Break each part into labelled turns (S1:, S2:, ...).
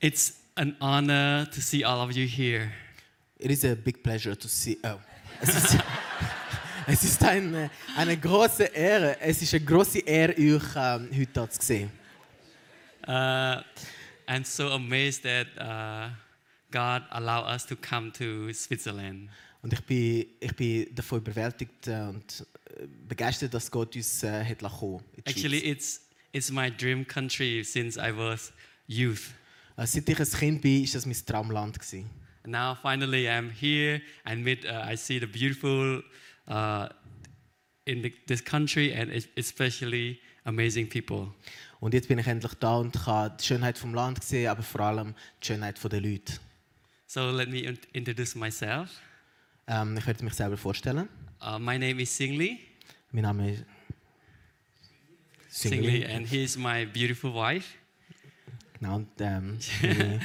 S1: It's an honor to see all of you here.
S2: It is a big pleasure to see. Oh. Es ist, es ist eine, eine große Ehre. Es ist eine große Ehre, euch ähm, heute hier zu sehen.
S1: Uh, I'm so amazed that uh, God allowed us to come to Switzerland.
S2: Und ich bin, ich bin davon überwältigt äh, und äh, begeistert, dass Gott uns äh, hat lassen kommen in die
S1: Actually,
S2: Schweiz.
S1: it's it's my dream country since I was youth.
S2: Äh, Seit ich ein Kind bin, war das mein Traumland. Gewesen.
S1: Now finally I'm here. I meet. Uh, I see the beautiful uh, in the, this country and es- especially amazing people.
S2: Und jetzt bin ich endlich da und kann die Schönheit vom Land sehen, aber vor allem die Schönheit der Leute.
S1: So let me in- introduce myself.
S2: Ähm, ich werde mich selber vorstellen.
S1: Uh, my name is Sing Lee.
S2: Mein Name ist
S1: Sing Lee, and he is my beautiful wife.
S2: Genau, und, ähm, meine-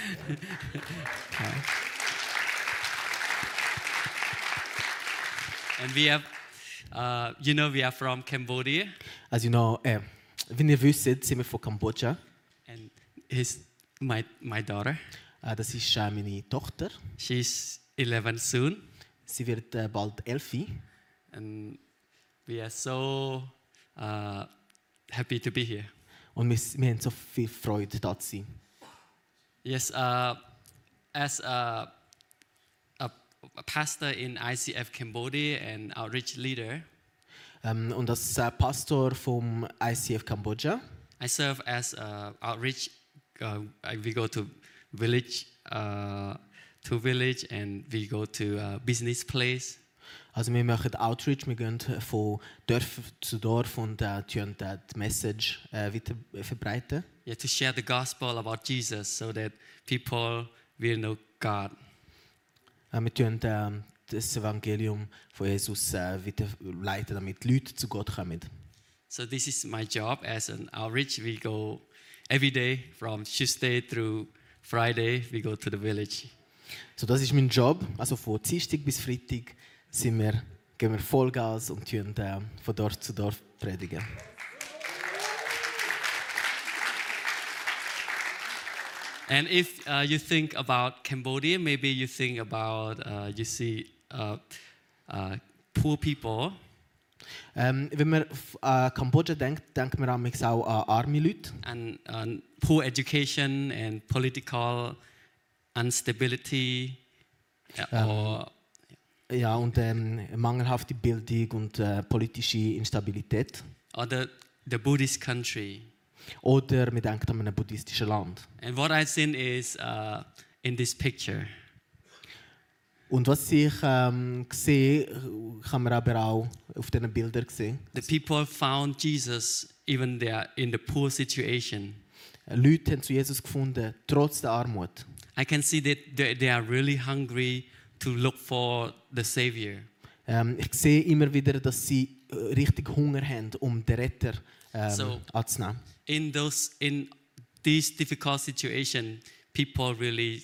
S1: And we have, uh, you know, we are from Cambodia,
S2: also, you know, äh, wie ihr wisst, sind wir von Kambodscha.
S1: and his my my daughter.
S2: Äh, das ist äh, meine Tochter.
S1: She's 11 soon,
S2: Sie wird äh, bald elf.
S1: and we are so uh, happy to be here.
S2: Und wir, wir haben so viel Freude, da zu sein.
S1: Yes, uh, as a, a a pastor in ICF Cambodia and outreach leader,
S2: Ähm, und als äh, Pastor vom ICF Kambodscha
S1: I serve as uh, outreach. Uh, I- we go to village, uh, to village, and we go to uh, business place.
S2: Also wir machen Outreach, wir gehen äh, von Dorf zu Dorf und äh, tun äh, die Message äh, weiter verbreiten.
S1: Yeah, to share the gospel about Jesus so that people will know God.
S2: Äh, wir tun äh, das Evangelium von Jesus äh, weiterleiten, damit die Leute zu Gott kommen.
S1: So this is my job as an outreach. We go every day from Tuesday through Friday. We go to the village.
S2: So, das ist mein Job. Also von Dienstag bis Freitag sind wir, gehen wir Vollgas und tun äh, von Dorf zu Dorf predigen.
S1: And if uh, you think about Cambodia, maybe you think about uh, you see uh, uh, poor people.
S2: Ähm, wenn man f- an Kambodscha denkt, denkt man manchmal auch an arme Leute.
S1: and um, poor education and political instability uh, or
S2: Ja, und ähm, mangelhafte Bildung und äh, politische Instabilität.
S1: or the, the Buddhist country.
S2: Oder wir denken an ein buddhistisches Land.
S1: And what I've seen is uh, in this picture.
S2: Und was ich ähm, sehe, kann man aber auch auf diesen Bildern sehen.
S1: The people found Jesus even they are in the poor situation.
S2: Leute haben zu Jesus gefunden, trotz der Armut.
S1: I can see that they, they are really hungry to look for the Savior.
S2: Ähm, ich sehe immer wieder, dass sie äh, richtig Hunger haben, um den Retter ähm,
S1: So.
S2: anzunehmen.
S1: In those in these difficult situation, people really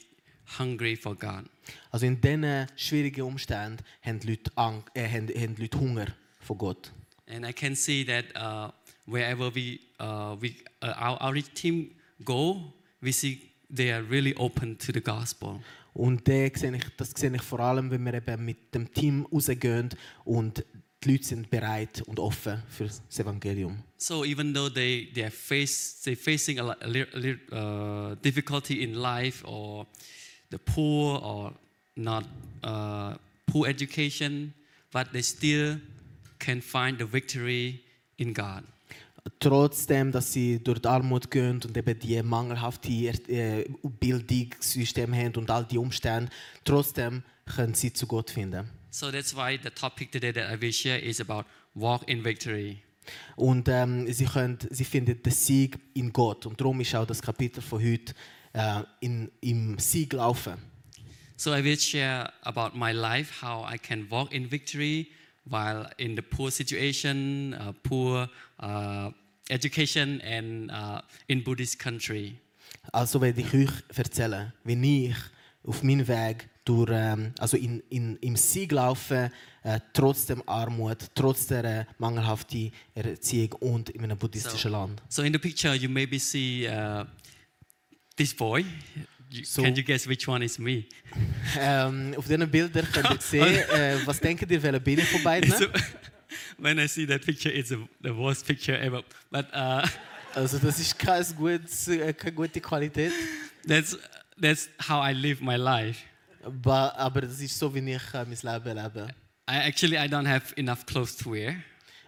S1: hungry for God.
S2: Also in diesen schwierigen Umständen haben die Leute, Ang äh, haben, haben die Leute Hunger von Gott.
S1: And I can see that uh, wherever we, uh, we uh, our outreach team go, we see they are really open to the gospel.
S2: Und äh, sehe ich, das sehe ich vor allem, wenn wir eben mit dem Team rausgehen und die Leute sind bereit und offen für das Evangelium.
S1: So even though they they are face they facing a, lot- a lit- a lit- uh, difficulty in life or the poor or not uh, poor education, but they still can find the victory in God.
S2: Trotzdem, dass sie durch die Armut gehen und eben die mangelhafte äh, Bildungssystem haben und all die Umstände, trotzdem können sie zu Gott finden.
S1: So that's why the topic today that I will share is about walk in victory.
S2: Und ähm, sie, können, sie finden den Sieg in Gott. Und darum ist auch das Kapitel von heute äh, in, im Sieg laufen.
S1: So I will share about my life, how I can walk in victory while in the poor situation, uh, poor uh, education, and uh, in Buddhist country.
S2: Also werde ich euch erzählen, wie ich auf meinem Weg durch, ähm, also in, in, im Sieg laufen, äh, trotz der Armut, trotz der äh, mangelhaften Erziehung und in einem buddhistischen Land.
S1: So in the picture, you maybe see uh, this boy. You,
S2: So-
S1: Can you guess which one is me?
S2: Ähm, auf diesen Bildern könnt ihr sehen, äh, was denkt ihr, welche bin ich von beiden?
S1: So, when I see that picture, it's the the worst picture ever. But uh,
S2: Also das ist kein gutes, äh, keine gute Qualität,
S1: that's that's how I live my life.
S2: aber, aber das ist so, wie ich äh, mein Leben lebe.
S1: I actually I don't have enough clothes to wear.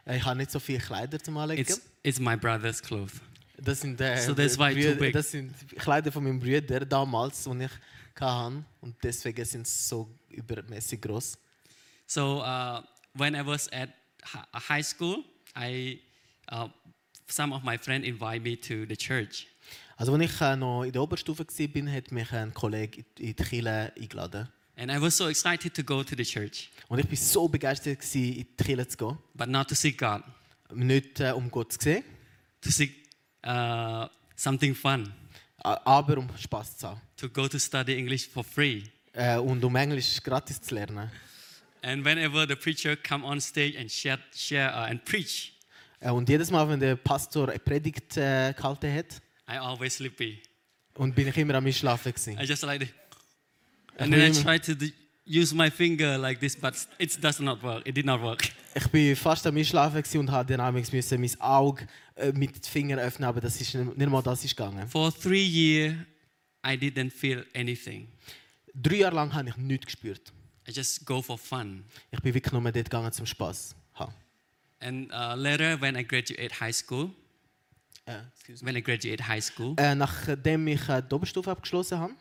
S2: Äh, Ich habe nicht so viele Kleider zum Anlegen.
S1: It's it's my brother's clothes.
S2: Das sind, äh,
S1: So that's why
S2: Brü-
S1: too big.
S2: das sind Kleider von meinem Bruder damals, die ich hatte. Und deswegen sind sie so übermäßig groß.
S1: So uh, when I was at hi- uh, high school, I uh, some of my friends invite me to the church.
S2: Also als ich äh, noch in der Oberstufe war, hat mich ein Kollege in in die Kirche eingeladen.
S1: And I was so excited to go to the church,
S2: Und ich war so begeistert, gewesen, in die Kirche zu gehen.
S1: but not to see God,
S2: Nicht äh, um Gott zu sehen,
S1: to see uh, something fun,
S2: a- aber um Spass zu haben.
S1: to go to study English for free.
S2: Äh, und um Englisch gratis zu lernen.
S1: And whenever the preacher come on stage and share, share uh, and preach,
S2: Äh, und jedes Mal, wenn der Pastor eine Predigt äh, gehalten hat,
S1: I always sleepy.
S2: und bin ich immer am Schlafen. Gewesen.
S1: I just like, this. and then I try to d- use my finger like this, but it does not work. It did not work.
S2: Ich bin fast am Schlafen und habe dann abends müssen mein Auge äh, mit den Fingern öffnen, aber das ist nicht, nicht mal das ist gegangen.
S1: For three years, I didn't feel anything.
S2: Drei Jahre lang habe ich nichts gespürt.
S1: I just go for fun.
S2: Ich bin wirklich nur dort gegangen zum Spaß. Ha.
S1: And uh, later, when I graduate high school,
S2: Äh, excuse me.
S1: when I graduate high school,
S2: Äh, nachdem ich äh, die Oberstufe abgeschlossen habe,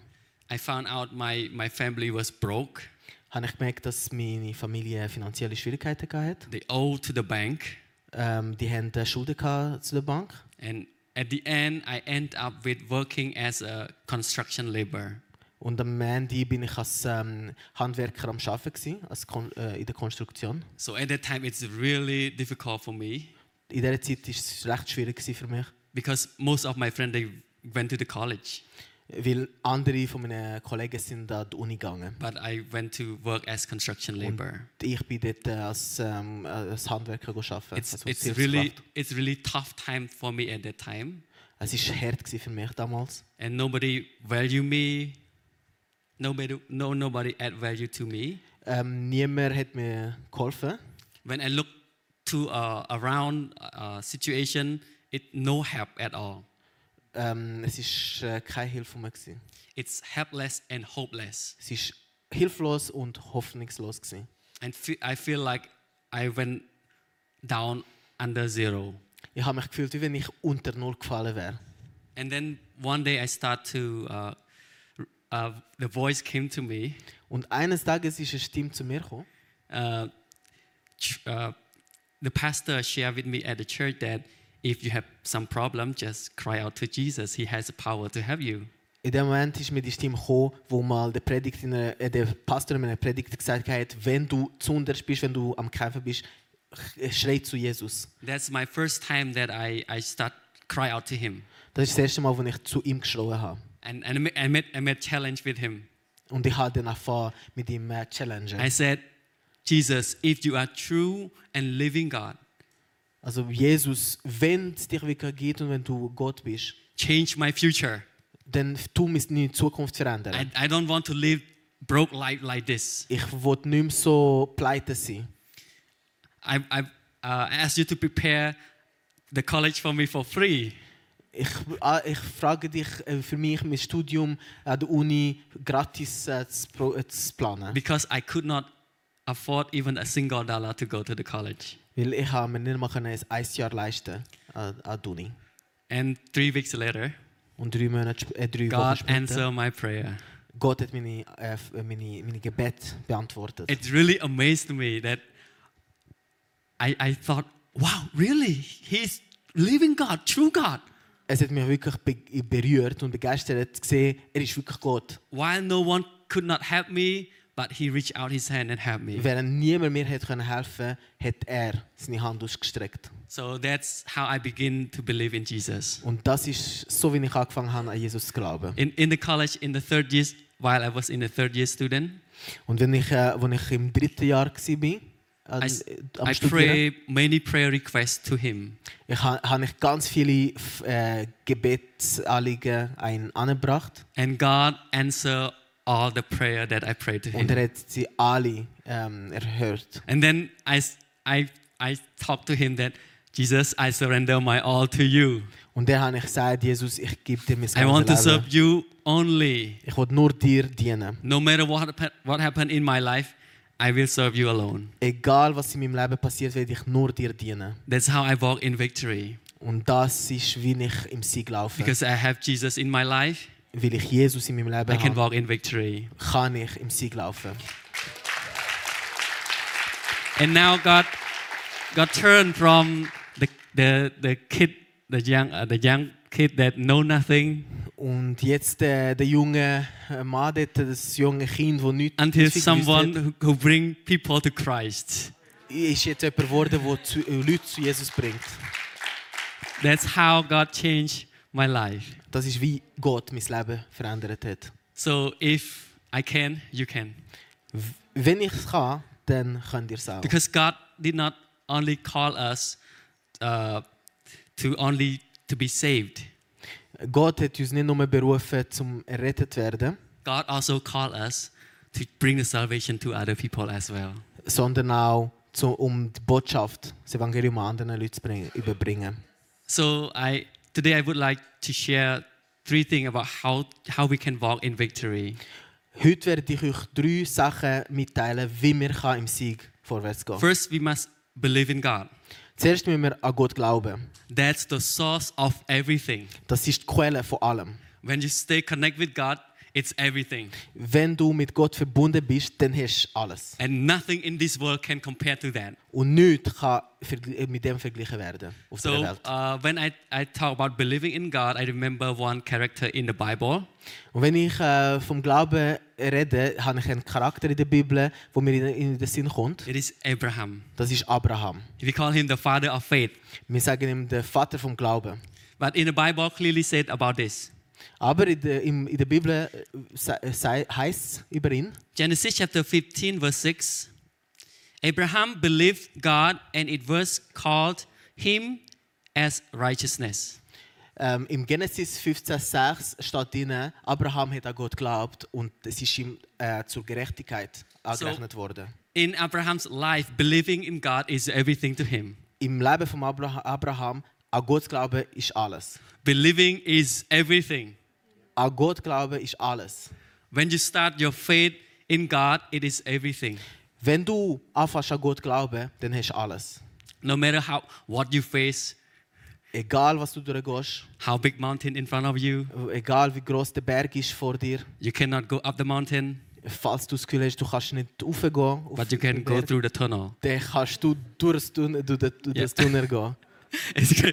S1: I found out my, my family was broke.
S2: habe ich gemerkt, dass meine Familie finanzielle Schwierigkeiten hatte.
S1: They owed to the bank.
S2: Ähm, die hatten äh, Schulden gehabt zu der Bank.
S1: And at the end, I end up with working as a construction laborer.
S2: Und am Ende bin ich als ähm, Handwerker am Arbeiten, gewesen, als Kon äh, in der Konstruktion.
S1: So at that time, it's really difficult for me
S2: In dieser Zeit war es recht schwierig gewesen für mich,
S1: because most of my friends, they went to the college.
S2: weil andere von meinen Kollegen sind an die Uni gegangen.
S1: But I went to work as construction laborer.
S2: Ich bin dort äh, als, ähm, äh, als Handwerker gearbeitet.
S1: It's,
S2: also als
S1: it's, really,
S2: Hilfskraft.
S1: it's really tough time for me at that time.
S2: Es war hart gewesen für mich damals.
S1: And nobody value me. Nobody, no, nobody add value to me.
S2: Ähm, niemand hat mir geholfen.
S1: When I look to uh, around uh, situation, it no help at all.
S2: Ähm, es war äh, keine Hilfe mehr. Gewesen.
S1: It's helpless and hopeless.
S2: Es war hilflos und hoffnungslos. Gewesen.
S1: And fe- I feel like I went down under zero.
S2: Ich habe mich gefühlt, wie wenn ich unter Null gefallen wäre.
S1: And then one day I start to, uh, uh, the voice came to me.
S2: Und eines Tages ist eine Stimme zu mir gekommen.
S1: Uh, ch- uh, the pastor shared with me at the church that if you have some problem, just cry out to Jesus. He has the power to help you.
S2: In dem Moment ist mir die Stimme gekommen, wo mal der, Predigt in einer, äh, der Pastor in einer Predigt gesagt hat, wenn du zu unterst bist, wenn du am Kämpfen bist, ch- schrei zu Jesus.
S1: That's my first time that I, I start cry out to him.
S2: Das ist das erste Mal, als ich zu ihm geschrien habe.
S1: And, and I ma- I made, I made challenge with him.
S2: Und ich habe dann erfahren mit ihm äh, Challenger.
S1: I said, Jesus, if you are true and living God,
S2: Also Jesus, wenn es dir wirklich geht und wenn du Gott bist,
S1: change my future.
S2: dann tu mir die Zukunft verändern.
S1: I, I don't want to live broke life like this.
S2: ich will nicht mehr so pleite sein.
S1: I, I uh, asked you to prepare the college for me for free.
S2: Ich, ah, ich frage dich, äh, für mich mein Studium an der Uni gratis äh, zu, pro- äh, zu planen.
S1: because I could not afford even a single dollar to go to the college.
S2: Weil ich habe mir nicht mal können ein ein Jahr leisten an, an der Uni.
S1: And three weeks later,
S2: Und drei Monate, sp- äh, drei Wochen
S1: God
S2: später,
S1: answered my prayer.
S2: Gott hat meine, äh, f- äh, meine, meine Gebet beantwortet.
S1: It really amazed me that I, I thought, wow, really? He's living God, true God.
S2: es hat mich wirklich be berührt und begeistert zu sehen, er ist wirklich Gott.
S1: While no one could not help me, but he reached out his hand and helped me.
S2: Während niemand mir hätte können helfen hat er seine Hand ausgestreckt.
S1: So that's how I begin to believe in Jesus.
S2: Und das ist so, wie ich angefangen habe, an Jesus zu glauben.
S1: In, in the college, in the third year, while I was in the third year student,
S2: Und wenn ich, äh, wenn ich im dritten Jahr war, an,
S1: I,
S2: äh, am
S1: I
S2: Studieren.
S1: pray many prayer requests to Him.
S2: Ich ha- habe ich ganz viele f- äh, Gebetsanliegen ein angebracht
S1: And God answered all the prayer that I prayed to
S2: und
S1: Him.
S2: er hat sie alle ähm, erhört.
S1: And then I, s- I, I talked to Him that, Jesus, I surrender my all to you.
S2: Und dann habe ich gesagt, Jesus, ich gebe dir mein
S1: I want to
S2: ganzes Leben.
S1: serve you only.
S2: Ich will nur dir dienen.
S1: No matter what, hap- what happened in my life, I will serve you alone.
S2: Egal was in meinem Leben passiert, werde ich nur dir dienen.
S1: That's how I walk in victory.
S2: Und das ist, wie ich im Sieg laufe.
S1: Because I have Jesus in my life,
S2: Weil ich Jesus in meinem
S1: I
S2: Leben
S1: can
S2: habe,
S1: walk in victory.
S2: kann ich im Sieg laufen.
S1: And now God, God turned from the, the, the kid, the young, uh, the young kid that know nothing
S2: Und jetzt äh, der junge äh, Mann, dort, das junge Kind, das nichts
S1: until
S2: nichts gewusst hat,
S1: someone who, who bring people to Christ.
S2: ist jetzt jemand geworden, der zu, äh, Leute zu Jesus bringt.
S1: That's how God changed my life.
S2: Das ist, wie Gott mein Leben verändert hat.
S1: So if I can, you can.
S2: Wenn ich es kann, dann könnt ihr es auch.
S1: Because God did not only call us uh, to only to be saved.
S2: Gott hat uns nicht nur berufen, zum errettet zu werden,
S1: God also called us to bring the salvation to other people as well.
S2: sondern auch, zu, um die Botschaft, das Evangelium an anderen Leute zu bringen, überbringen.
S1: So I today I would like to share three things about how how we can walk in victory.
S2: Heute werde ich euch drei Sachen mitteilen, wie wir kann im Sieg vorwärts gehen können.
S1: First, we must believe in God.
S2: Zuerst müssen wir an Gott glauben.
S1: That's the source of everything.
S2: Das ist die Quelle von allem.
S1: When you stay connected with God, it's everything.
S2: Wenn du mit Gott verbunden bist, dann hast du alles.
S1: And nothing in this world can compare to that.
S2: Und nichts kann vergl- mit dem verglichen werden auf
S1: So
S2: der Welt.
S1: uh, when I, I talk about believing in God, I remember one character in the Bible.
S2: Und wenn ich äh, vom Glauben rede, habe ich einen Charakter in der Bibel, der mir in, in den Sinn kommt.
S1: It is Abraham.
S2: Das ist Abraham.
S1: We call him the father of faith.
S2: Wir sagen ihm den Vater vom Glauben.
S1: But in the Bible clearly said about this.
S2: Aber in der, im, in der Bibel äh, heißt es über ihn,
S1: Genesis chapter 15 verse 6. Abraham believed God and it was called him as righteousness.
S2: ähm, im Genesis 15,6 steht drin, Abraham hat an Gott geglaubt und es ist ihm äh, zur Gerechtigkeit angerechnet worden.
S1: In Abraham's life, believing in God is everything to him.
S2: Im Leben von Abra Abraham, an Gott glauben ist alles.
S1: Believing is everything.
S2: An Gott glauben ist alles.
S1: When you start your faith in God, it is everything.
S2: Wenn du anfängst an Gott glauben, dann hast du alles.
S1: No matter how what you face,
S2: Egal was du durchgehst,
S1: how big mountain in front of you,
S2: egal wie groß der Berg ist vor dir,
S1: you cannot go up the mountain,
S2: falls du das Gefühl hast, du kannst nicht raufgehen, auf
S1: but you can
S2: den
S1: go
S2: Berg,
S1: through the tunnel.
S2: dann kannst du durch das Tunnel, durch das- durch das
S1: Ja.
S2: Tunnel gehen.
S1: It's good.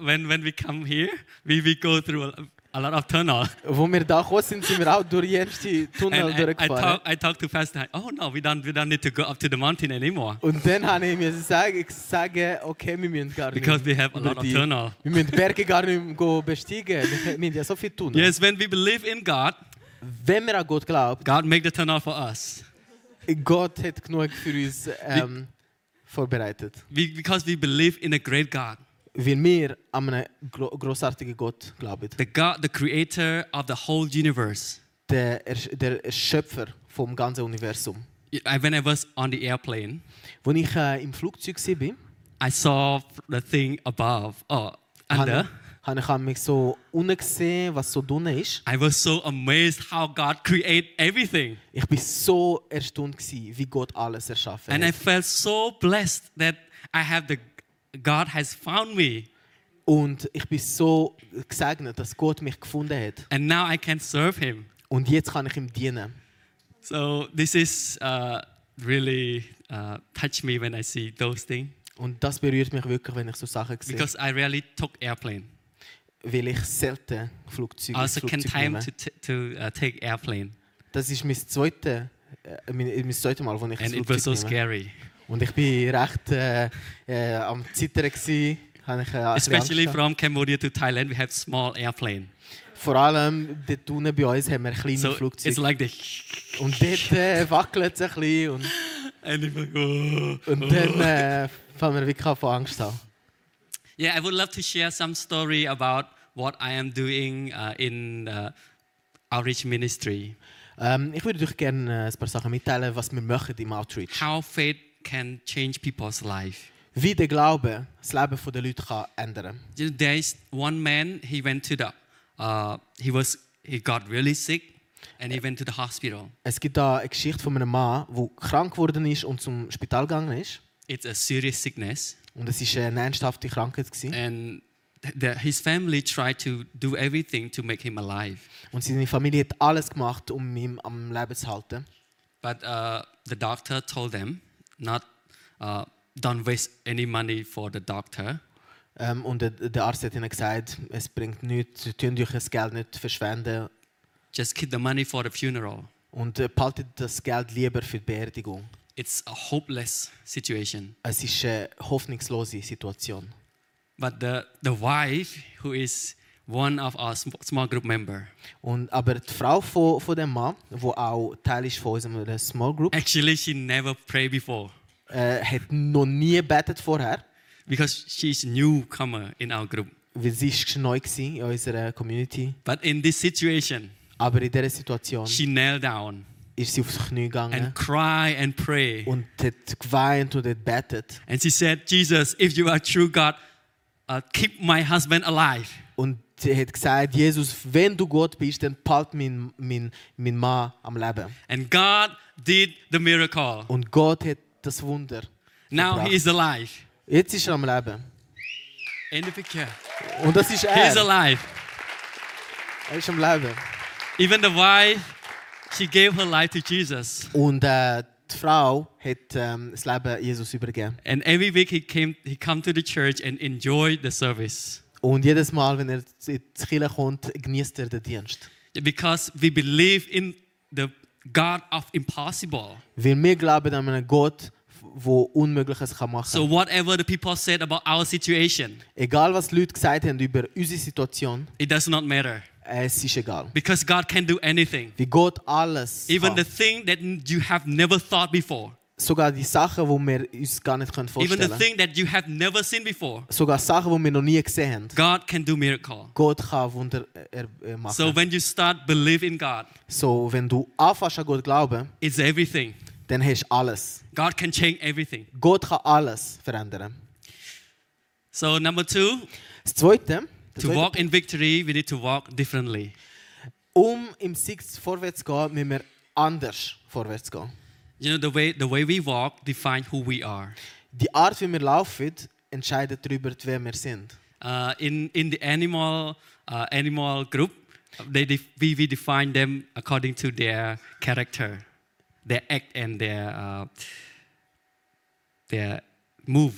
S1: when when we come here, we, we go through a, a lot of tunnel.
S2: Wo wir da gekommen sind, sind wir auch durch jeden Tunnel
S1: And I, I
S2: durchgefahren.
S1: talk I talk to Pastor. Oh no, we don't we don't need to go up to the mountain anymore
S2: Und dann habe ich mir sagen, ich sage, okay, wir müssen gar nicht
S1: because we have a
S2: über
S1: lot of
S2: die-
S1: tunnel.
S2: Wir müssen die Berge gar nicht go besteigen. Wir haben ja so viel Tunnel.
S1: Yes, when we believe in God,
S2: Wenn wir an Gott glauben,
S1: God make the tunnel for us.
S2: Gott hat genug für uns ähm, vorbereitet.
S1: We, because we believe in a great God,
S2: Weil wir an einen gro großartigen Gott glauben.
S1: the God, the Creator of the whole universe.
S2: Der, Ersch- der Schöpfer vom ganzen Universum.
S1: I, when I was on the airplane,
S2: Als ich äh, im Flugzeug war,
S1: I saw the thing above or under.
S2: habe ich, habe ich an mich so unten gesehen, was so drinnen ist.
S1: I was so amazed how God created everything.
S2: Ich war so erstaunt, gewesen, wie Gott alles erschaffen
S1: And I
S2: hat.
S1: felt so blessed that I have the God has found me
S2: Und ich bin so gesegnet, dass Gott mich gefunden hat.
S1: and now I can serve him.
S2: Und jetzt kann ich ihm dienen.
S1: So this is uh, really uh, touch me when I see those things
S2: Und das berührt mich wirklich, wenn ich so Sachen sehe.
S1: because I rarely took airplane. Uh,
S2: weil ich selten Flugzeuge
S1: I also can
S2: Flugzeug
S1: time
S2: nehme.
S1: to, t- to uh, take airplane
S2: Das ist mein zweites äh, mein, mein zweites Mal, wo ich
S1: and
S2: das
S1: it was so
S2: Flugzeug nehme.
S1: scary,
S2: Und ich bin recht äh, äh, am Zittern. Gewesen. Habe ich, äh, ein bisschen Angst
S1: especially
S2: gehabt.
S1: from Cambodia to Thailand. We have small airplane,
S2: Vor allem dort unten bei uns haben wir kleine
S1: so it's
S2: Flugzeuge.
S1: like the
S2: eh, Und dort äh, wackelt es ein bisschen. Und
S1: And if I go,
S2: Und dann äh, fangen wir wirklich an von Angst an.
S1: yeah, I would love to share some story about what I am doing uh, in uh, outreach ministry.
S2: Ähm, ich würde euch gerne äh, ein paar Sachen mitteilen, was wir machen im Outreach.
S1: How faith can change people's life.
S2: Wie der Glaube das Leben der Leute kann ändern kann.
S1: You know, There is one man. He went to the. Uh, he was. He got really sick, and he went to the hospital.
S2: Es gibt da eine Geschichte von einem Mann, der krank geworden ist und zum Spital gegangen ist.
S1: It's a serious sickness,
S2: Und es war eine ernsthafte Krankheit.
S1: Äh.
S2: Gewesen.
S1: and th- the, his family tried to do everything to make him alive.
S2: Und seine Familie hat alles gemacht, um ihn am Leben zu halten.
S1: But uh, the doctor told them, not uh, don't waste any money for the doctor.
S2: Ähm, und der, der Arzt hat ihnen gesagt, es bringt nichts, ihr könnt euch das Geld nicht verschwenden
S1: Just keep the money for the funeral.
S2: und äh, behaltet das Geld lieber für die Beerdigung.
S1: It's a hopeless situation.
S2: Es ist eine hoffnungslose Situation.
S1: But the, the wife, who is one of our sm- small group member,
S2: Und, aber die Frau von, von dem Mann, die auch Teil ist von unserer Small Group,
S1: actually she never prayed before
S2: äh, hat noch nie gebetet vorher,
S1: because she's newcomer in our group.
S2: weil sie ist neu gewesen in unserer Community.
S1: But in this situation,
S2: Aber in dieser Situation
S1: she knelt down
S2: ist sie aufs Knie
S1: and
S2: gegangen
S1: cry and pray.
S2: und hat geweint und hat betet.
S1: And she said, Jesus, if you are true God, uh, keep my husband alive.
S2: Und sie hat gesagt, Jesus, wenn du Gott bist, dann behalt mein, mein, mein Mann am Leben.
S1: And God did the miracle.
S2: Und Gott hat das Wunder.
S1: Now he is alive.
S2: Jetzt ist er am Leben.
S1: In the picture,
S2: Und das ist
S1: he is
S2: er.
S1: alive.
S2: Er ist am Leben.
S1: Even the wife, she gave her life to Jesus.
S2: Und äh, die Frau hat ähm, das Leben Jesus übergeben.
S1: And every week he came, he come to the church and enjoyed the service
S2: Und jedes Mal, wenn er zu- in die Kirche kommt, genießt er den Dienst.
S1: because we believe in the God of impossible.
S2: Weil wir glauben an einen Gott, der Unmögliches kann machen
S1: So
S2: kann.
S1: whatever the people said about our situation,
S2: Egal, was die Leute gesagt haben über unsere Situation,
S1: it does not matter
S2: äh, es ist egal.
S1: because God can do anything.
S2: Wie Gott alles
S1: Even the
S2: kann.
S1: thing that you have never thought before,
S2: Sogar die Sachen, die wir uns gar nicht können
S1: even
S2: vorstellen
S1: the
S2: können.
S1: thing that you have never seen before,
S2: Sogar Sachen, die wir noch nie gesehen haben.
S1: God can do miracle.
S2: Gott kann Wunder äh, äh, machen.
S1: So
S2: So,
S1: when you start believe in God,
S2: wenn du anfängst an Gott glauben,
S1: it's everything.
S2: dann hast du alles.
S1: God can change everything.
S2: Gott kann alles verändern.
S1: So number two,
S2: Das Zweite, das
S1: to
S2: Zweite
S1: walk in victory, we need to walk differently.
S2: um im Sieg vorwärts zu gehen, müssen wir anders vorwärts gehen.
S1: You know the way the way we walk defines who we are.
S2: Die Art, wie wir laufen, entscheidet darüber, wer wir sind.
S1: Uh, in in the animal uh, animal group, they def- we, we define them according to their character, their act and their uh, their move.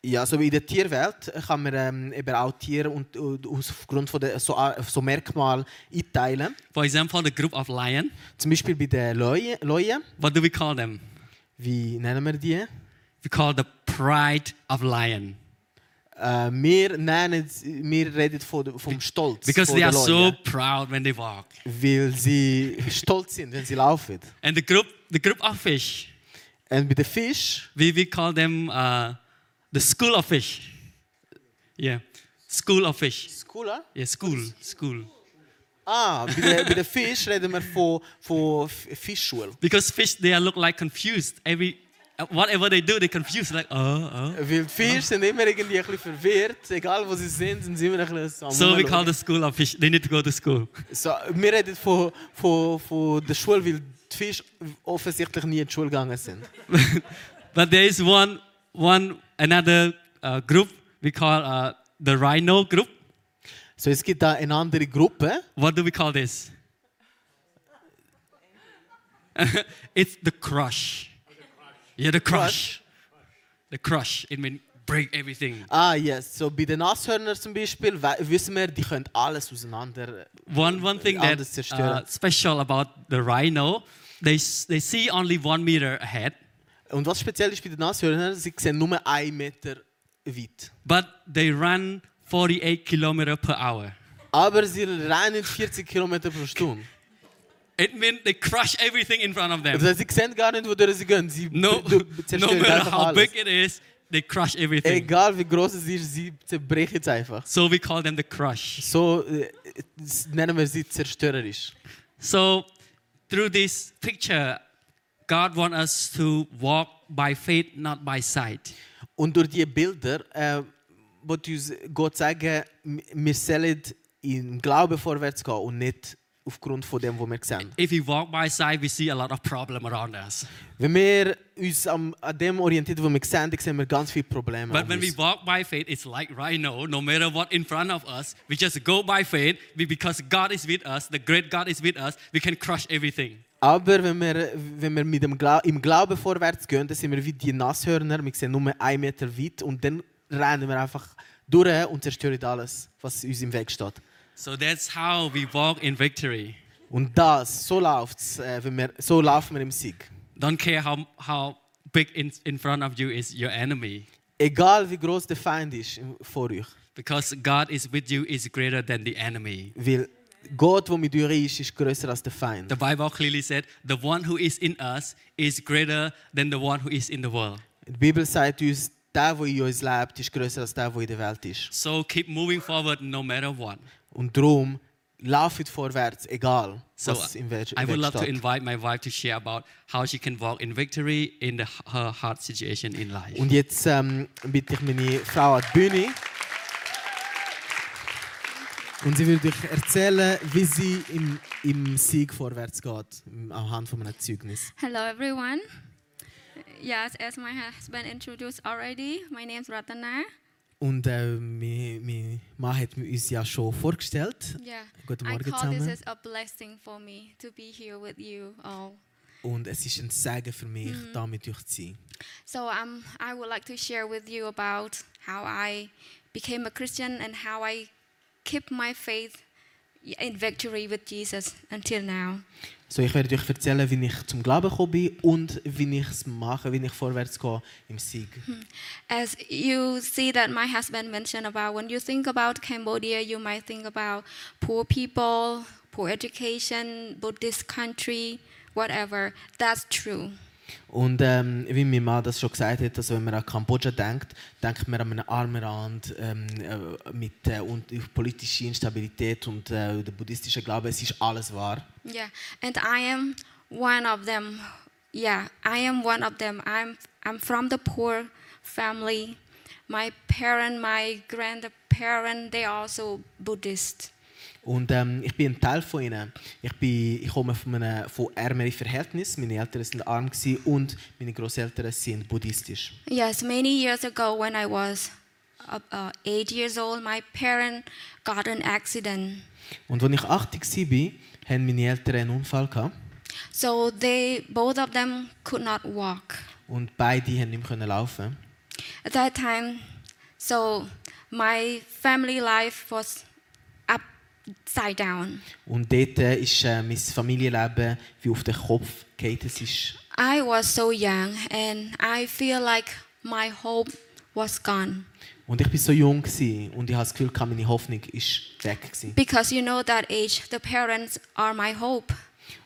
S2: Ja, so wie in der Tierwelt kann man ähm, eben auch Tiere und, und aus- aufgrund von der, so, äh, so Merkmal einteilen.
S1: For example, the group of lion.
S2: Zum Beispiel bei den Leuen, Leuen
S1: What do we call them?
S2: wie nennen wir die?
S1: We call the pride of lion
S2: Äh, wir, nennen, wir reden von, der- vom Stolz.
S1: because
S2: von
S1: they
S2: der
S1: are so
S2: Leuen,
S1: proud when they walk.
S2: Weil sie stolz sind, wenn sie laufen.
S1: And the group the group of fish,
S2: Und bei den Fisch
S1: we, we call them uh, the school of fish. Yeah, school of fish.
S2: Skula?
S1: Yeah, school, school.
S2: Ah, bei der, bei der Fisch reden wir von, von F- Fischschule.
S1: Because fish, they are look like confused. Every uh, whatever they do, they confused. Like oh, oh.
S2: Weil die Fische sind immer irgendwie ein bisschen verwirrt. Egal wo sie sind, sind sie immer ein bisschen am
S1: So we
S2: Rumschauen.
S1: call the school of fish. They need to go to school.
S2: so, Wir reden von, von, von der Schule, weil die Fische offensichtlich nie in die Schule gegangen sind.
S1: But there is one, one another uh, group we call uh, the rhino group.
S2: So, es gibt da eine andere Gruppe.
S1: What do we call this? it's the crush. Yeah, the crush. The crush. It means break everything.
S2: Ah, yes. So, bei den Nashörnern zum Beispiel we- wissen wir, die können alles auseinander.
S1: One one thing that
S2: Anders zerstören.
S1: uh, special about the rhino, they s- they see only one meter ahead,
S2: Und was speziell ist bei den Nashörnern, sie sehen nur einen Meter weit.
S1: but they run 48 kilometer per hour.
S2: Aber sie rennen 40 Kilometer pro Stunde.
S1: It means they crush everything in front of
S2: Das
S1: them.
S2: heißt, Also, sie sehen gar nicht, wodurch sie gehen. Sie
S1: No,
S2: b- b-
S1: no
S2: zerstören
S1: matter
S2: einfach
S1: how
S2: alles.
S1: big it is, they crush everything.
S2: Egal wie groß es ist, sie zerbrechen es einfach.
S1: So we call them the crush.
S2: So äh, das nennen wir sie zerstörerisch.
S1: So through this picture, God wants us to walk by faith, not by sight.
S2: Und durch die Bilder äh, wird uns Gott sagen, m- wir sollen im Glauben vorwärts gehen und nicht aufgrund von dem, was wir sehen.
S1: If we walk by sight, we see a lot of problem around us.
S2: Wenn wir uns am, an dem orientieren, was wir sehen, dann sehen wir ganz viele Probleme.
S1: But
S2: um
S1: when we
S2: uns.
S1: walk by faith, it's like right now, no matter what in front of us, we just go by faith be- because God is with us, the great God is with us, we can crush everything.
S2: Aber wenn wir, wenn wir mit dem Glau im Glauben vorwärts gehen, dann sind wir wie die Nasshörner. Wir sehen nur einen Meter weit und dann rennen wir einfach durch und zerstören alles, was uns im Weg steht.
S1: So that's how we walk in victory.
S2: Und das, so läuft es, äh, wenn wir- so laufen wir im Sieg.
S1: Don't care how, how big in, in front of you is your enemy,
S2: Egal wie groß der Feind ist im- vor euch.
S1: because God is with you is greater than the enemy.
S2: Weil Gott, der mit euch ist, ist größer als der Feind.
S1: The Bible clearly said, the one who is in us is greater than the one who is in the world.
S2: Die Bibel sagt uns, der, der in uns lebt, ist größer als der, der in der Welt ist.
S1: So keep moving forward no matter what.
S2: Und darum lauft vorwärts, egal
S1: So
S2: was im Weg,
S1: I would
S2: Weg
S1: love to
S2: steht.
S1: invite my wife to share about how she can walk in victory in the, her hard situation in life.
S2: Und jetzt ähm, bitte ich meine Frau an die Bühne. Und sie wird euch erzählen, wie sie im, im Sieg vorwärts geht, im- anhand von einem Zeugnis.
S3: Hello, everyone. Yes, as my husband introduced already, my name is Ratana.
S2: Und äh, mein, mein Mann hat mir uns ja schon vorgestellt.
S3: Yeah.
S2: Guten
S3: I
S2: Morgen
S3: call this
S2: zusammen.
S3: as a blessing for me to be here with you all.
S2: Und es ist ein Segen für mich, da mit euch zu sein.
S3: So um, I would like to share with you about how I became a Christian and how I keep my faith in victory with Jesus until now.
S2: So, ich werde euch erzählen, wie ich zum Glauben gekommen bin und wie ich es mache, wie ich vorwärts gehe im Sieg.
S3: As you see that my husband mentioned about when you think about Cambodia, you might think about poor people, poor education, Buddhist country, whatever. That's true.
S2: Und ähm, wie mein Mann das schon gesagt hat, also wenn man an Kambodscha denkt, denkt man an einen armen Land ähm, äh, mit äh, und politischer Instabilität und äh, der buddhistische Glaube, es ist alles wahr.
S3: Yeah. And I am one of them. Yeah, I am one of them. I'm I'm from the poor family. My parent, my grandparent, they are also Buddhist.
S2: Und ähm, ich bin ein Teil von ihnen. Ich, bin, ich komme von, einem, von ärmeren Verhältnissen. Meine Eltern sind arm gewesen und meine Großeltern sind buddhistisch.
S3: Yes, many years ago when I was uh, uh, eight years old, my parent got an accident.
S2: Und als ich 80 war, hatten meine Eltern einen Unfall. Gehabt
S3: So they, both of them could not walk.
S2: und beide haben nicht mehr laufen.
S3: At that time, so my family life was upside down.
S2: Und dort äh, ist äh, mein Familienleben wie auf den Kopf gefallen. Es ist-
S3: I was so young and I feel like my hope was gone.
S2: Und ich war so jung gewesen, und ich hatte das Gefühl, gehabt, meine Hoffnung ist weg. Gewesen.
S3: Because you know that age, the parents are my hope.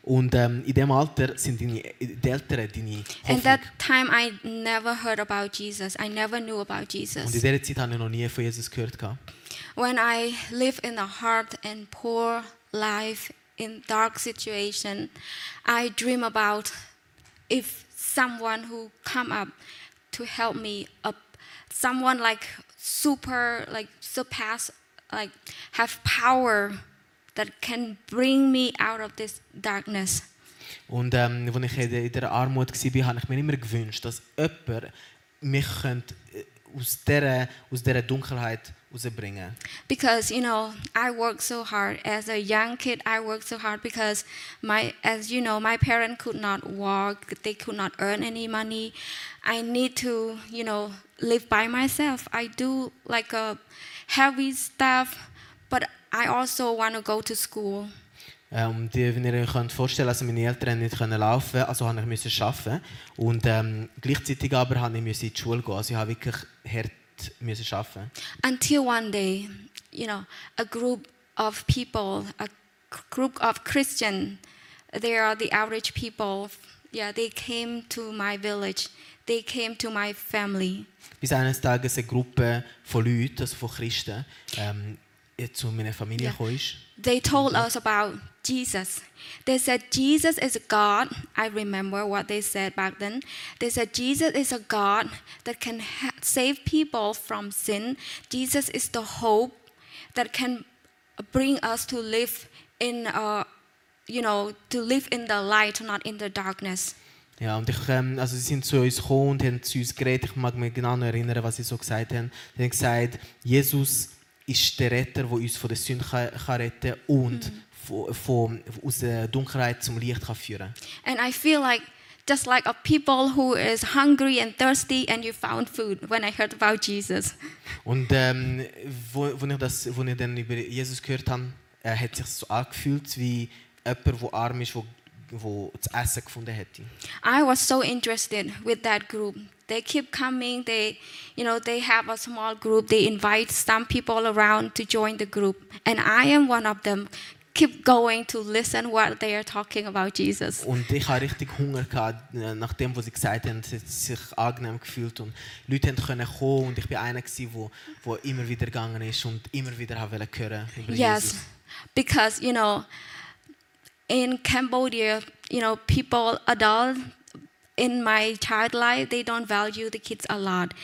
S2: Und ähm, in diesem Alter sind deine, die Eltern deine
S3: And
S2: Hoffnung.
S3: that time I never heard about Jesus. I never knew about
S2: Und
S3: Jesus.
S2: in dieser Zeit habe ich noch nie von Jesus gehört. Gehabt.
S3: When I live in a hard and poor life in dark situation, I dream about if someone who come up to help me up, someone like super, like surpass, like have power that can bring me out of this darkness.
S2: Und ähm, als ich in der- in der Armut war, habe ich mir immer gewünscht, dass jemand mich könnte, äh, aus dieser, aus dieser Dunkelheit herausbringen könnte.
S3: because you know i worked so hard as a young kid i worked so hard because my as you know my parents could not walk they could not earn any money i need to you know live by myself i do like a heavy stuff but i also want to go to school
S2: Ähm, die, wenn ihr euch könnt vorstellen also meine Eltern haben nicht können laufen, also habe ich müssen arbeiten. Und ähm, gleichzeitig aber habe ich müssen in die Schule gehen. Also ich habe wirklich hart müssen arbeiten.
S3: until one day you know a group of people a group of christian They are the average people. Yeah, they came to my village. They came to my family.
S2: Bis eines Tages eine Gruppe von Leuten, also von Christen, ähm, zu meiner Familie
S3: Ja.
S2: gekommen ist.
S3: They told us about Jesus. They said, Jesus is a God. I remember what they said back then. They said, Jesus is a God that can ha- save people from sin. Jesus is the hope that can bring us to live in, uh, you know, to live in the light, not in the darkness.
S2: Ja, und ich, ähm, also sie sind zu uns gekommen und haben zu uns geredet. Ich mag mich genau noch erinnern, was sie so gesagt haben. Sie haben gesagt, Jesus ist der Retter, der uns von der Sünde kann, kann retten und von, von, aus der Dunkelheit zum Licht kann führen
S3: And I feel like just like a people who is hungry and thirsty and you found food when I heard about Jesus.
S2: Und ähm, wo, wo, ich das, wo ich dann über Jesus gehört habe, äh, hat sich so angefühlt wie jemand, der arm ist, wo, wo zu essen gefunden hätte.
S3: I was so interested with that group. They keep coming. They, you know, they have a small group. They invite some people around to join the group, and I am one of them. Keep going to listen what they are talking about Jesus.
S2: Und ich hatte richtig Hunger, gehabt, äh, nach dem, was sie gesagt haben. Es hat sich angenehm gefühlt und Leute haben können kommen und ich war einer, gewesen, wo, wo immer wieder gegangen ist und immer wieder haben wollte hören über Jesus.
S3: Yes, because you know, in Cambodia, you know, people adult in my child life they don't value the kids a lot.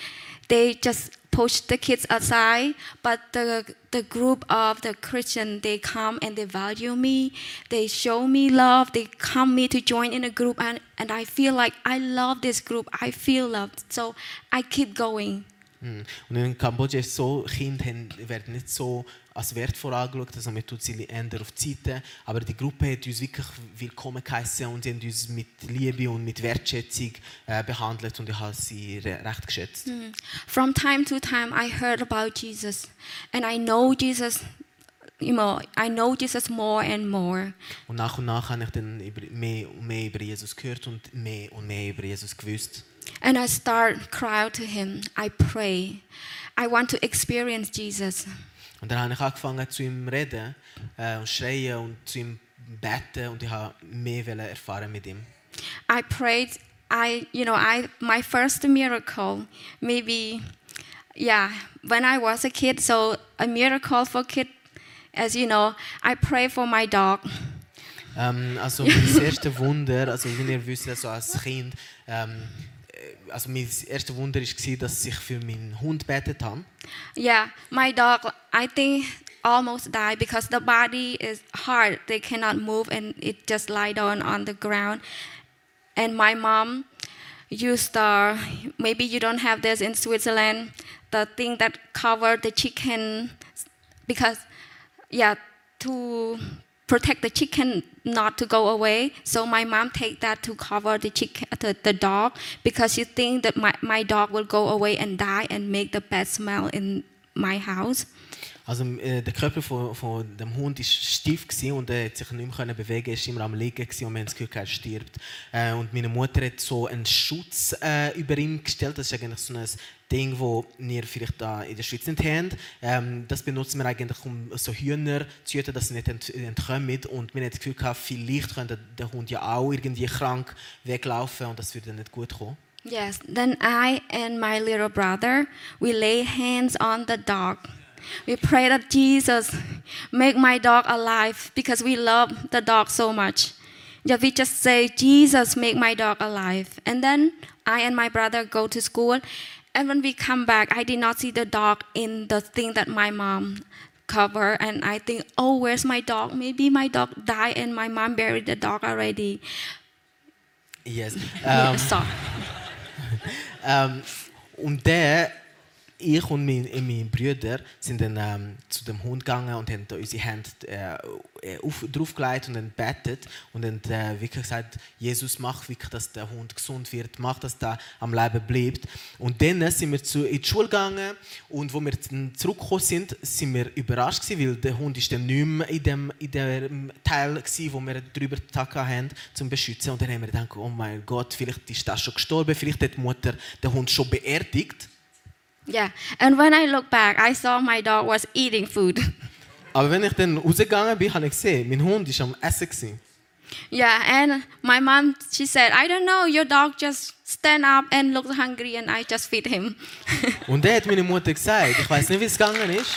S3: They just push the kids aside, but the the group of the Christian they come and they value me. They show me love. They come me to join in a group, and and I feel like I love this group. I feel loved, so I keep going.
S2: Mm. Und in Kambodscha ist es so, Kinder haben, werden nicht so als wertvoll angeschaut, also man tut sie ändern auf die Seite. Aber die Gruppe hat uns wirklich willkommen geheißen und sie haben uns mit Liebe und mit Wertschätzung äh, behandelt und ich habe sie re- recht geschätzt.
S3: From time to time, I heard about Jesus, and I know Jesus. You know, I know Jesus more and more.
S2: Und nach und nach habe ich dann über, mehr und mehr über Jesus gehört und mehr und mehr über Jesus gewusst.
S3: And I start crying to him. I pray. I want to experience Jesus.
S2: Und dann habe ich angefangen zu ihm reden äh, und schreien und zu ihm beten und ich habe mehr wollen erfahren mit ihm.
S3: I prayed. I, you know, I my first miracle, maybe, yeah, when I was a kid. So a miracle for kid, as you know, I pray for my dog.
S2: Ähm, also mein erstes Wunder, also wie ihr wisst, also als Kind, ähm, äh, also mein erstes Wunder war, dass ich für meinen Hund betet habe.
S3: Yeah, my dog, I think, almost died because the body is hard. They cannot move and it just lie down on the ground. And my mom used the, maybe you don't have this in Switzerland, the thing that covered the chicken because, yeah, to protect the chicken not to go away. So my mom take that to cover the chicken, the, the dog, because she think that my, my dog will go away and die and make the bad smell in my house.
S2: Also äh, der Körper von, von dem Hund ist steif gewesen und er hat sich nicht mehr können bewegen, ist immer am liegen gewesen und wir haben das Gefühl, gehabt, er stirbt. Äh, und meine Mutter hat so einen Schutz äh, über ihn gestellt. Das ist eigentlich so ein Ding, wo wir vielleicht da in der Schweiz nicht haben. Ähm, das benutzen wir eigentlich um so Hühner zu hüten, dass sie nicht ent entkommen. Und wir haben das Gefühl gehabt, vielleicht könnte der Hund ja auch irgendwie krank weglaufen und das würde nicht gut kommen.
S3: Yes. Then I and my little brother, we lay hands on the dog. We pray that Jesus make my dog alive because we love the dog so much. Yeah, we just say, Jesus, make my dog alive. And then I and my brother go to school. And when we come back, I did not see the dog in the thing that my mom cover and I think, oh, where's my dog? Maybe my dog died and my mom buried the dog already.
S2: Yes.
S3: Yeah,
S2: Ähm,
S3: sorry.
S2: Ähm, und der, ich und mein, äh, meine Brüder sind dann ähm, zu dem Hund gegangen und haben da unsere Hände äh, auf, draufgelegt und dann betet und dann äh, wirklich gesagt, Jesus, mach wirklich, dass der Hund gesund wird, mach, dass der am Leben bleibt. Und dann sind wir zu, in die Schule gegangen und wo wir dann zurückgekommen sind, sind wir überrascht gewesen, weil der Hund ist dann nicht mehr in dem, in dem Teil gewesen, wo wir drüber getackert haben, zum beschützen. Und dann haben wir gedacht, oh mein Gott, vielleicht ist das schon gestorben, vielleicht hat die Mutter den Hund schon beerdigt.
S3: Yeah, and when I look back, I saw my dog was eating food.
S2: Aber wenn ich dann rausgegangen bin, habe ich gesehen, mein Hund war am Essen. Gewesen.
S3: Yeah, and my mom, she said, I don't know, your dog just stand up and looks hungry, and I just feed him.
S2: Und dann hat meine Mutter gesagt, ich weiß nicht, wie es gegangen ist.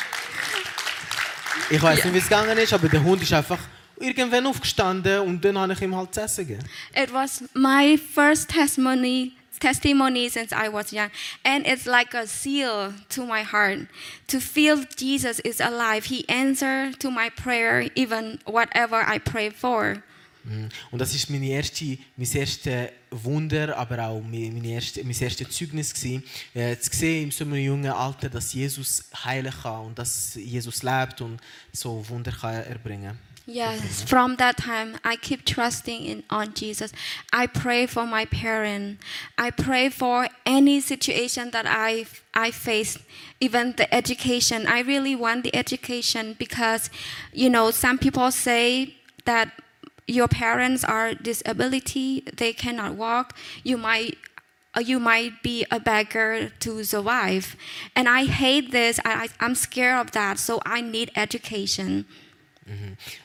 S2: Ich weiß nicht, wie es gegangen ist, aber der Hund ist einfach irgendwann aufgestanden und dann habe ich ihm halt zu essen gegeben.
S3: It was my first testimony testimony since I was young and it's like a seal to my heart to feel Jesus is alive he answered to my prayer even whatever I pray for
S2: Und das ist meine erste, mein erstes Wunder, aber auch mein, mein, erste, mein erstes Zeugnis gewesen, äh, zu sehen in so einem jungen Alter, dass Jesus heilen kann und dass Jesus lebt und so Wunder kann erbringen.
S3: yes from that time I keep trusting in on Jesus I pray for my parents I pray for any situation that I I face even the education I really want the education because you know some people say that your parents are disability they cannot walk you might uh, you might be a beggar to survive and i hate this I, I, i'm scared of that so i need education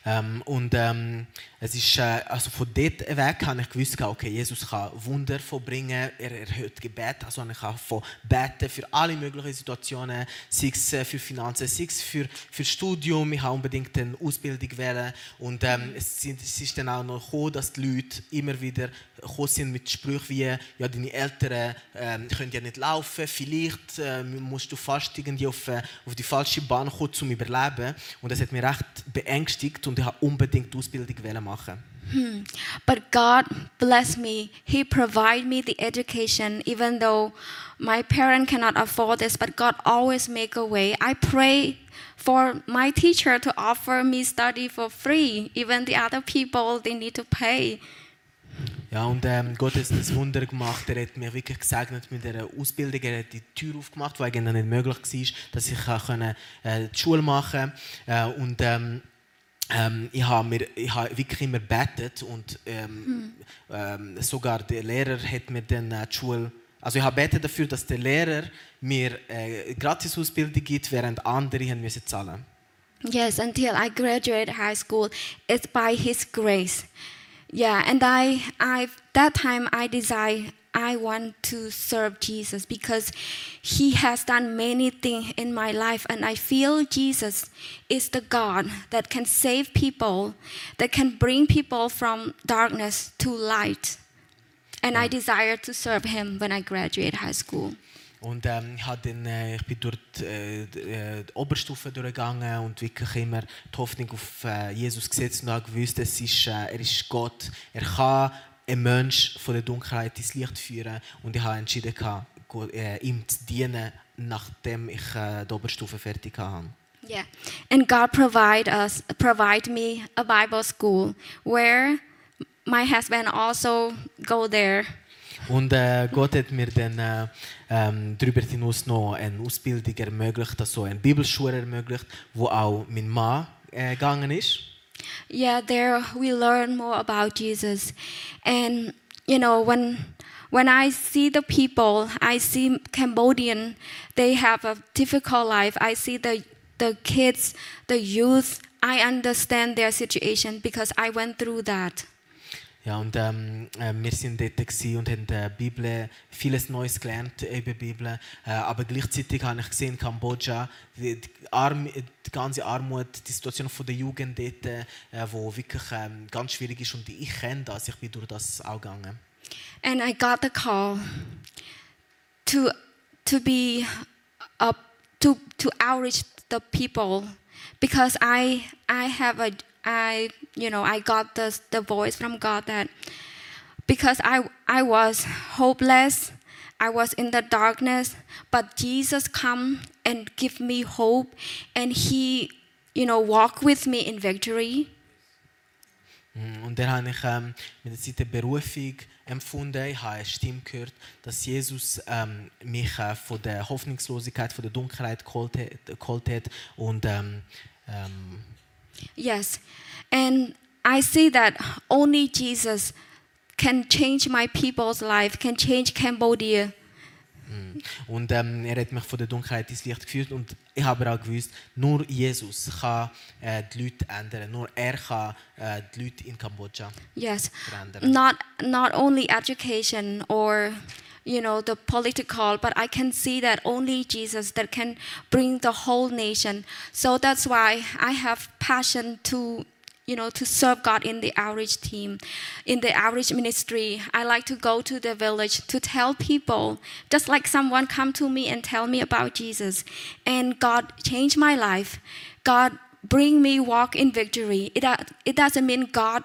S2: Ähm, und ähm, es ist, äh, also von dort weg habe ich gewusst, okay, Jesus kann Wunder vollbringen, er erhöht Gebet, also habe ich auch von beten für alle möglichen Situationen, sei es äh, für Finanzen, sei es für, für Studium, ich habe unbedingt eine Ausbildung wählen und ähm, es, sind, es ist dann auch noch gekommen, dass die Leute immer wieder gekommen sind mit Sprüchen wie, ja, deine Eltern ähm, können ja nicht laufen, vielleicht ähm, musst du fast irgendwie auf, äh, auf die falsche Bahn kommen, um zu überleben und das hat mich recht beängstigt und ich habe unbedingt die Ausbildung wollen machen.
S3: but god bless me he provide me the education even though my parent cannot afford this but god always make a way i pray for my teacher to offer me study for free even the other people they need to pay
S2: Ja, und ähm, Gott hat das Wunder gemacht. Er hat mir wirklich gesegnet mit einer Ausbildung. Er hat die Tür aufgemacht, weil eigentlich nicht möglich war, dass ich äh, können, äh, die Schule machen konnte. Äh, und ähm, ähm, ich habe mir, ich habe wirklich immer betet und ähm, ähm, sogar der Lehrer hat mir dann äh, die Schule also ich habe betet dafür, dass der Lehrer mir äh, gratis Ausbildung gibt, während andere haben müssen zahlen.
S3: Yes, until I graduate high school, it's by His grace. Yeah, and I, I that time I decide I want to serve Jesus because He has done many things in my life, and I feel Jesus is the God that can save people, that can bring people from darkness to light. And I desire to serve Him when I graduate high school.
S2: Und ähm, ich, hab dann, äh, ich bin durch die, äh, die, äh, die Oberstufe durchgegangen und wirklich immer die Hoffnung auf äh, Jesus gesetzt und habe gewusst, es ist, äh, er ist Gott. Er kann einen Menschen von der Dunkelheit ins Licht führen. Und ich habe entschieden, gehabt, Gott- äh, ihm zu dienen, nachdem ich äh, die Oberstufe fertig hatte.
S3: Yeah, and God provide us provide me a Bible school where my husband also go there.
S2: Und äh, Gott hat mir dann äh, ähm, darüber hinaus noch eine Ausbildung ermöglicht, also eine Bibelschule ermöglicht, wo auch mein Mann äh, gegangen ist.
S3: Yeah, there we learn more about Jesus, and you know when when I see the people, I see Cambodian, they have a difficult life. I see the the kids, the youth. I understand their situation because I went through that.
S2: Ja, und ähm, äh, wir sind dort gewesen und haben äh, Bibel, vieles Neues gelernt äh, über die Bibel. Äh, aber gleichzeitig habe ich gesehen, in Kambodscha, die, die, Arm, die ganze Armut, die Situation von der Jugend dort, äh, wo wirklich ähm, ganz schwierig ist. Und ich kenne das, ich bin durch das auch gegangen.
S3: and I got the call to to be up to to outreach the people because I I have a I you know I got the the voice from God that because I I was hopeless I was in the darkness but Jesus come and give me hope and he you know walk with me in victory
S2: Und dann habe ich ähm, mit der Zeit eine Berufung empfunden. Ich habe eine Stimme gehört, dass Jesus ähm, mich äh, von der Hoffnungslosigkeit, von der Dunkelheit geholt, hat- geholt hat. Und ähm, ähm,
S3: Yes. And I see that only Jesus can change my people's life, can change Cambodia.
S2: Und ähm, er hat mich von der Dunkelheit ins Licht geführt und ich habe auch gewusst, nur Jesus kann äh, die Leute ändern. Nur er kann äh, die Leute in Kambodscha
S3: Yes.
S2: verändern.
S3: Not not only education or you know the political, but I can see that only Jesus that can bring the whole nation. So that's why I have passion to you know to serve God in the outreach team, in the outreach ministry. I like to go to the village to tell people, just like someone come to me and tell me about Jesus, and God changed my life. God bring me walk in victory. It do- it doesn't mean God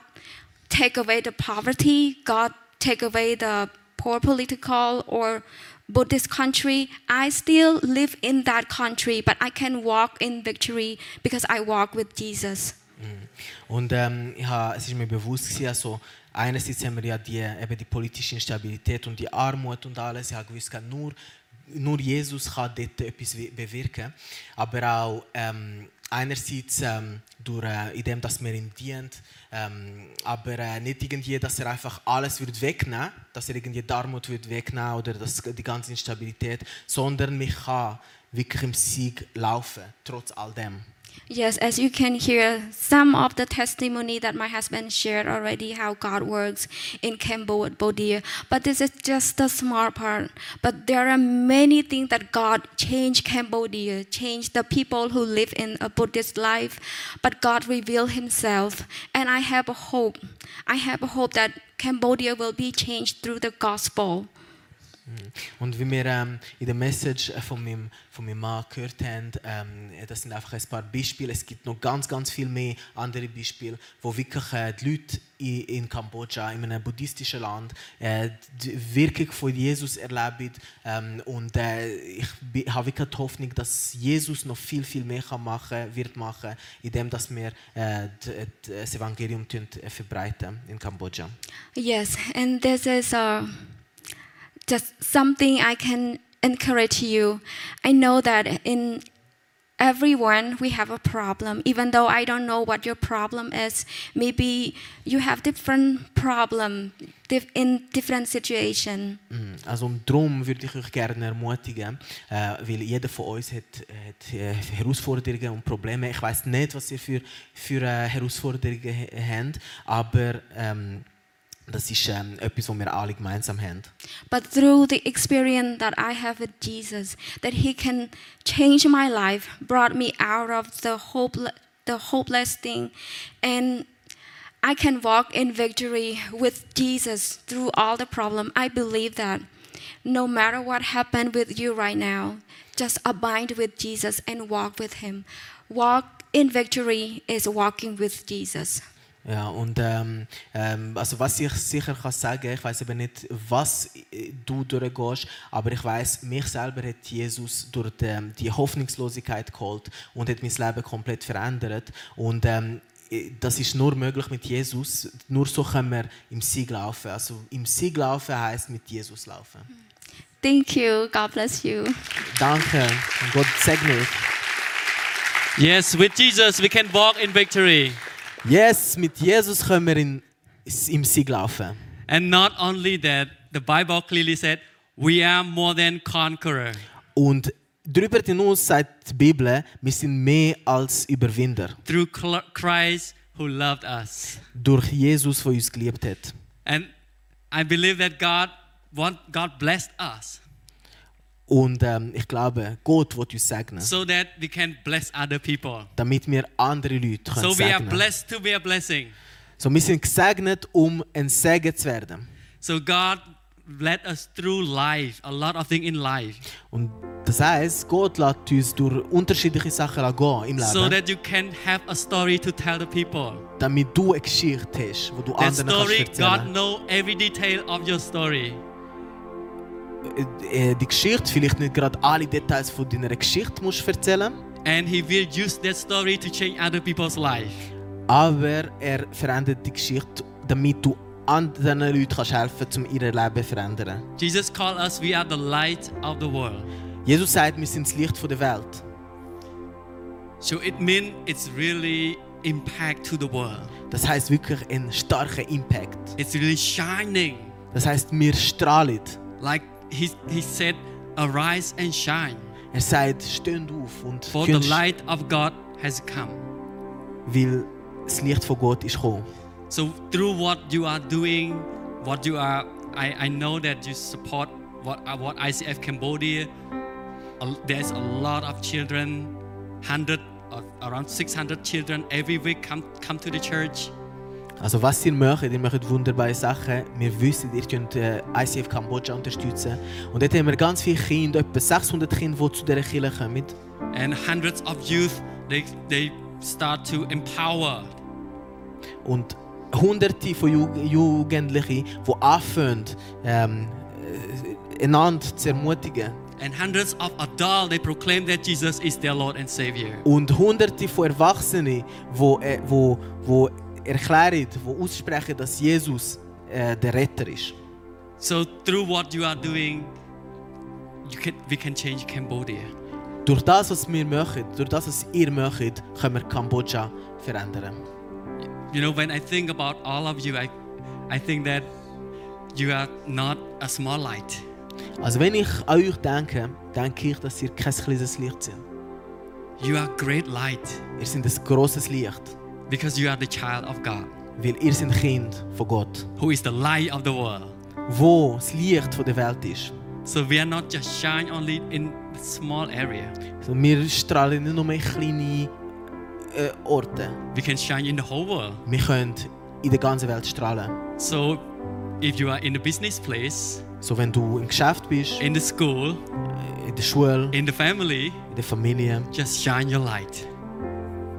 S3: take away the poverty, God take away the poor political or Buddhist country. I still live in that country, but I can walk in victory because I walk with Jesus.
S2: Und ähm, ich hab, es ist mir bewusst gewesen, also einerseits haben wir ja die, eben die politische Instabilität und die Armut und alles. Ich habe gewusst, gehabt, nur, nur Jesus kann dort etwas we- bewirken. Aber auch ähm, einerseits ähm, durch, äh, in dem, dass man ihm dient, ähm, aber äh, nicht irgendwie, dass er einfach alles wird wegnehmen, dass er irgendwie die Armut wird wegnehmen oder das, die ganze Instabilität, sondern mich kann wirklich im Sieg laufen, trotz all dem.
S3: Yes, as you can hear, some of the testimony that my husband shared already, how God works in Cambodia. But this is just the small part. But there are many things that God changed Cambodia, changed the people who live in a Buddhist life. But God revealed Himself, and I have a hope. I have a hope that Cambodia will be changed through the gospel.
S2: Und wie wir ähm, in der Message äh, von meinem, von meinem Mann gehört haben, ähm, das sind einfach ein paar Beispiele. Es gibt noch ganz, ganz viel mehr andere Beispiele, wo wirklich äh, die Leute in, in Kambodscha, in einem buddhistischen Land, äh, die Wirkung von Jesus erleben. Ähm, und äh, ich bi- habe wirklich die Hoffnung, dass Jesus noch viel, viel mehr kann machen, wird machen, indem dass wir äh, d- d- das Evangelium tun, äh, verbreiten in Kambodscha.
S3: Yes, and this is uh, just something I can encourage you. I know that in everyone we have a problem, even though I don't know what your problem is. Maybe you have different problem dif- in different situation.
S2: Mhm. Also und darum würde ich euch gerne ermutigen, äh, weil jeder von uns hat, hat äh, Herausforderungen und Probleme. Ich weiß nicht, was ihr für, für äh, Herausforderungen he- habt, aber ähm, das ist ähm, etwas, was wir alle gemeinsam haben.
S3: But through the experience that I have with Jesus, that He can change my life, brought me out of the hope, the hopeless thing, and I can walk in victory with Jesus through all the problem. I believe that no matter what happened with you right now, just abide with Jesus and walk with Him. Walk in victory is walking with Jesus.
S2: Ja, und ähm, ähm, also was ich sicher kann sagen, ich weiß aber nicht, was äh, du durchgehst, aber ich weiß, mich selber hat Jesus durch die, ähm, die Hoffnungslosigkeit geholt und hat mein Leben komplett verändert. Und ähm, äh, das ist nur möglich mit Jesus. Nur so können wir im Sieg laufen. Also im Sieg laufen heißt mit Jesus laufen.
S3: Thank you. God bless you.
S2: Danke. Und Gott segne euch.
S1: Yes, with Jesus, we can walk in victory.
S2: Yes, mit Jesus können wir in, im Sieg laufen.
S1: And not only that, the Bible clearly said, we are more than conqueror.
S2: Und darüber hinaus sagt die Bibel, wir sind mehr als Überwinder.
S1: through Cl- Christ who loved us.
S2: Durch Jesus, der uns geliebt hat.
S1: And I believe that God want God blessed us
S2: Und ähm, ich glaube, Gott wird uns segnen,
S1: so that we can bless other people.
S2: damit wir andere Leute können
S1: So we are
S2: segnen können.
S1: blessed to be a blessing.
S2: So, wir sind gesegnet, um ein Segen zu werden.
S1: So God led us through life, a lot of things in life,
S2: Und das heißt, Gott lässt uns durch unterschiedliche Sachen gehen im Leben,
S1: so that you can have a story to tell the people.
S2: damit du eine Geschichte hast, die du
S1: That
S2: anderen
S1: story,
S2: kannst
S1: God
S2: erzählen
S1: know every detail of your story.
S2: kannst. Äh, Die Geschichte, vielleicht nicht gerade alle Details von deiner Geschichte musst erzählen,
S1: And He will use that story to change other people's life.
S2: Aber er verändert die Geschichte, damit du anderen Leuten kannst helfen kannst, um ihr Leben zu verändern.
S1: Jesus called us, we are the light of the world.
S2: Jesus sagt, wir sind das Licht von der Welt.
S1: So it means it's really impact to the world.
S2: Das heißt wirklich einen starken Impact.
S1: It's really shining.
S2: Das heißt, wir strahlen.
S1: Like he, he said, Arise and shine,
S2: Er sagt, steht auf und
S1: for the
S2: tun,
S1: light of God has come.
S2: weil das Licht von Gott ist gekommen.
S1: So through what you are doing, what you are, I, I know that you support what uh, what ICF Cambodia. A- There's a lot of children, hundred uh, around 600 children every week come come to the church.
S2: Also was ihr macht, ihr macht wunderbare Sachen. Wir wissen, ihr könnt äh, ICF Kambodscha unterstützen. Und dort haben wir ganz viele Kinder, etwa 600 Kinder, die zu dieser Kirche kommen.
S1: and hundreds of youth they they start to empower
S2: Und hunderte von Ju Jugendlichen, die anfangen, ähm, äh, einander zu ermutigen.
S1: and hundreds of adults they proclaim that jesus is their lord and savior
S2: Und hunderte von Erwachsenen, die äh, wo, wo erklären, die aussprechen, dass Jesus äh, der Retter ist.
S1: so through what you are doing you can we can change cambodia
S2: Durch das, was wir machen, durch das, was ihr macht, können wir Kambodscha verändern.
S1: you know when i think about all of you i i think that you are not a small light
S2: Also wenn ich an euch denke, denke ich, dass ihr kein kleines Licht seid.
S1: you are great light
S2: Ihr seid ein grosses Licht,
S1: because you are the child of god
S2: weil ihr seid Kind von Gott,
S1: who is the light of the world
S2: wo das Licht von der Welt ist.
S1: so we are not just shine only in the small area
S2: Also wir strahlen nicht nur in kleine äh, Orte.
S1: we can shine in the whole world
S2: Wir können in der ganzen Welt strahlen.
S1: So, if you are in a business place,
S2: So wenn du im Geschäft bist,
S1: in the school,
S2: in der Schule,
S1: in the family,
S2: in der Familie,
S1: just shine your light.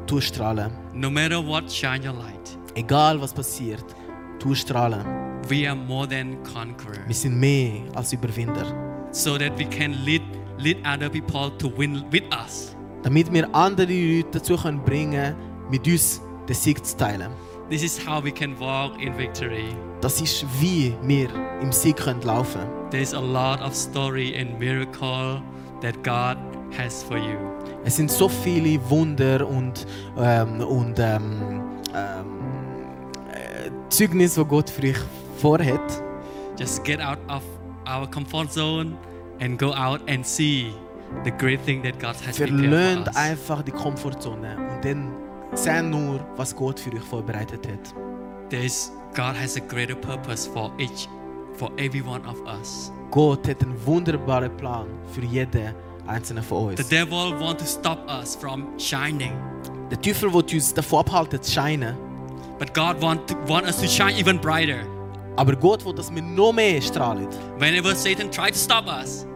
S2: du strahlen.
S1: No matter what, shine your light.
S2: Egal was passiert, du strahlen.
S1: We are more than conquerors,
S2: Wir sind mehr als Überwinder.
S1: so that we can lead lead other people to win with us.
S2: Damit wir andere Leute dazu können bringen mit uns den Sieg zu teilen.
S1: This is how we can walk in victory.
S2: Das ist, wie wir im Sieg können laufen können.
S1: There's a lot of story and miracle that God has for you.
S2: Es sind so viele Wunder und, ähm, und ähm, ähm, äh, Zeugnisse, die Gott für dich vorhat.
S1: Just get out of our comfort zone and go out and see the great thing that God has prepared
S2: Verlöhnt
S1: for us.
S2: einfach die Komfortzone und dann seh nur, was Gott für dich vorbereitet hat.
S1: There is God has a greater purpose for each, for every one of us.
S2: Gott hat einen wunderbaren Plan für jeden einzelnen von
S1: The
S2: uns.
S1: devil want to stop us from shining,
S2: Der Teufel will uns davon abhalten zu scheinen,
S1: but God want to, want us to shine even brighter.
S2: aber Gott will, dass wir noch mehr strahlen.
S1: Whenever Satan tries to stop us,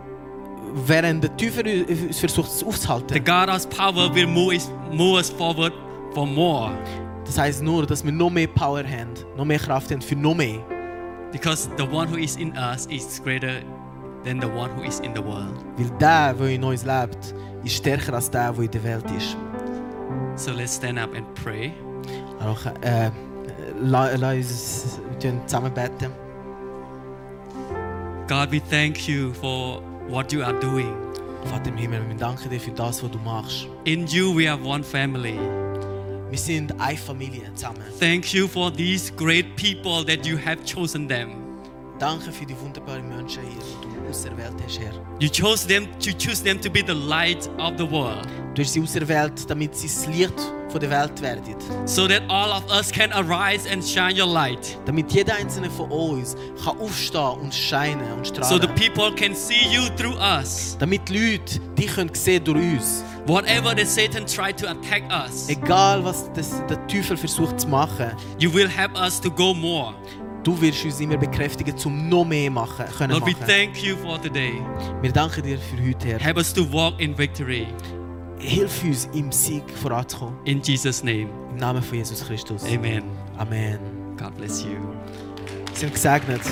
S2: Während der Teufel uns versucht, es aufzuhalten.
S1: the God of power will move us, move us forward for more,
S2: Das heißt nur, dass wir noch mehr Power haben, noch mehr Kraft haben für noch mehr.
S1: because the one who is in us is greater than the one who is in the world.
S2: Weil der, der in uns lebt, ist stärker als der, der in der Welt ist.
S1: So let's stand up and pray.
S2: Also, äh, lass uns wir tun zusammen beten.
S1: God, we thank you for what you are doing.
S2: Vater im Himmel, wir danken dir für das, was du machst.
S1: In you we are one family.
S2: Wir sind eine Familie zusammen.
S1: Thank you for these great people that you have chosen them.
S2: Danke für die wunderbaren Menschen hier, die du auserwählt hast, Herr.
S1: You chose them to choose them to be the light of the world
S2: Du hast sie auserwählt, damit sie das Licht von der Welt werden.
S1: so that all of us can arise and shine your light.
S2: Damit jeder einzelne von uns kann aufstehen und scheinen und
S1: So
S2: strahlen
S1: the people can see you through us.
S2: Damit die Leute dich können sehen durch uns
S1: Whatever the Satan tried to attack us,
S2: Egal was das, der Teufel versucht zu machen,
S1: you will help us to go more.
S2: du wirst uns immer bekräftigen, um noch mehr machen, können
S1: Lord, we
S2: machen.
S1: thank you for today.
S2: Wir danken dir für heute, Herr.
S1: Help us to walk in victory.
S2: Hilf uns, im Sieg voranzukommen.
S1: In Jesus' name,
S2: Im Namen von Jesus Christus.
S1: amen.
S2: Amen.
S1: God bless you.
S2: Sind gesegnet.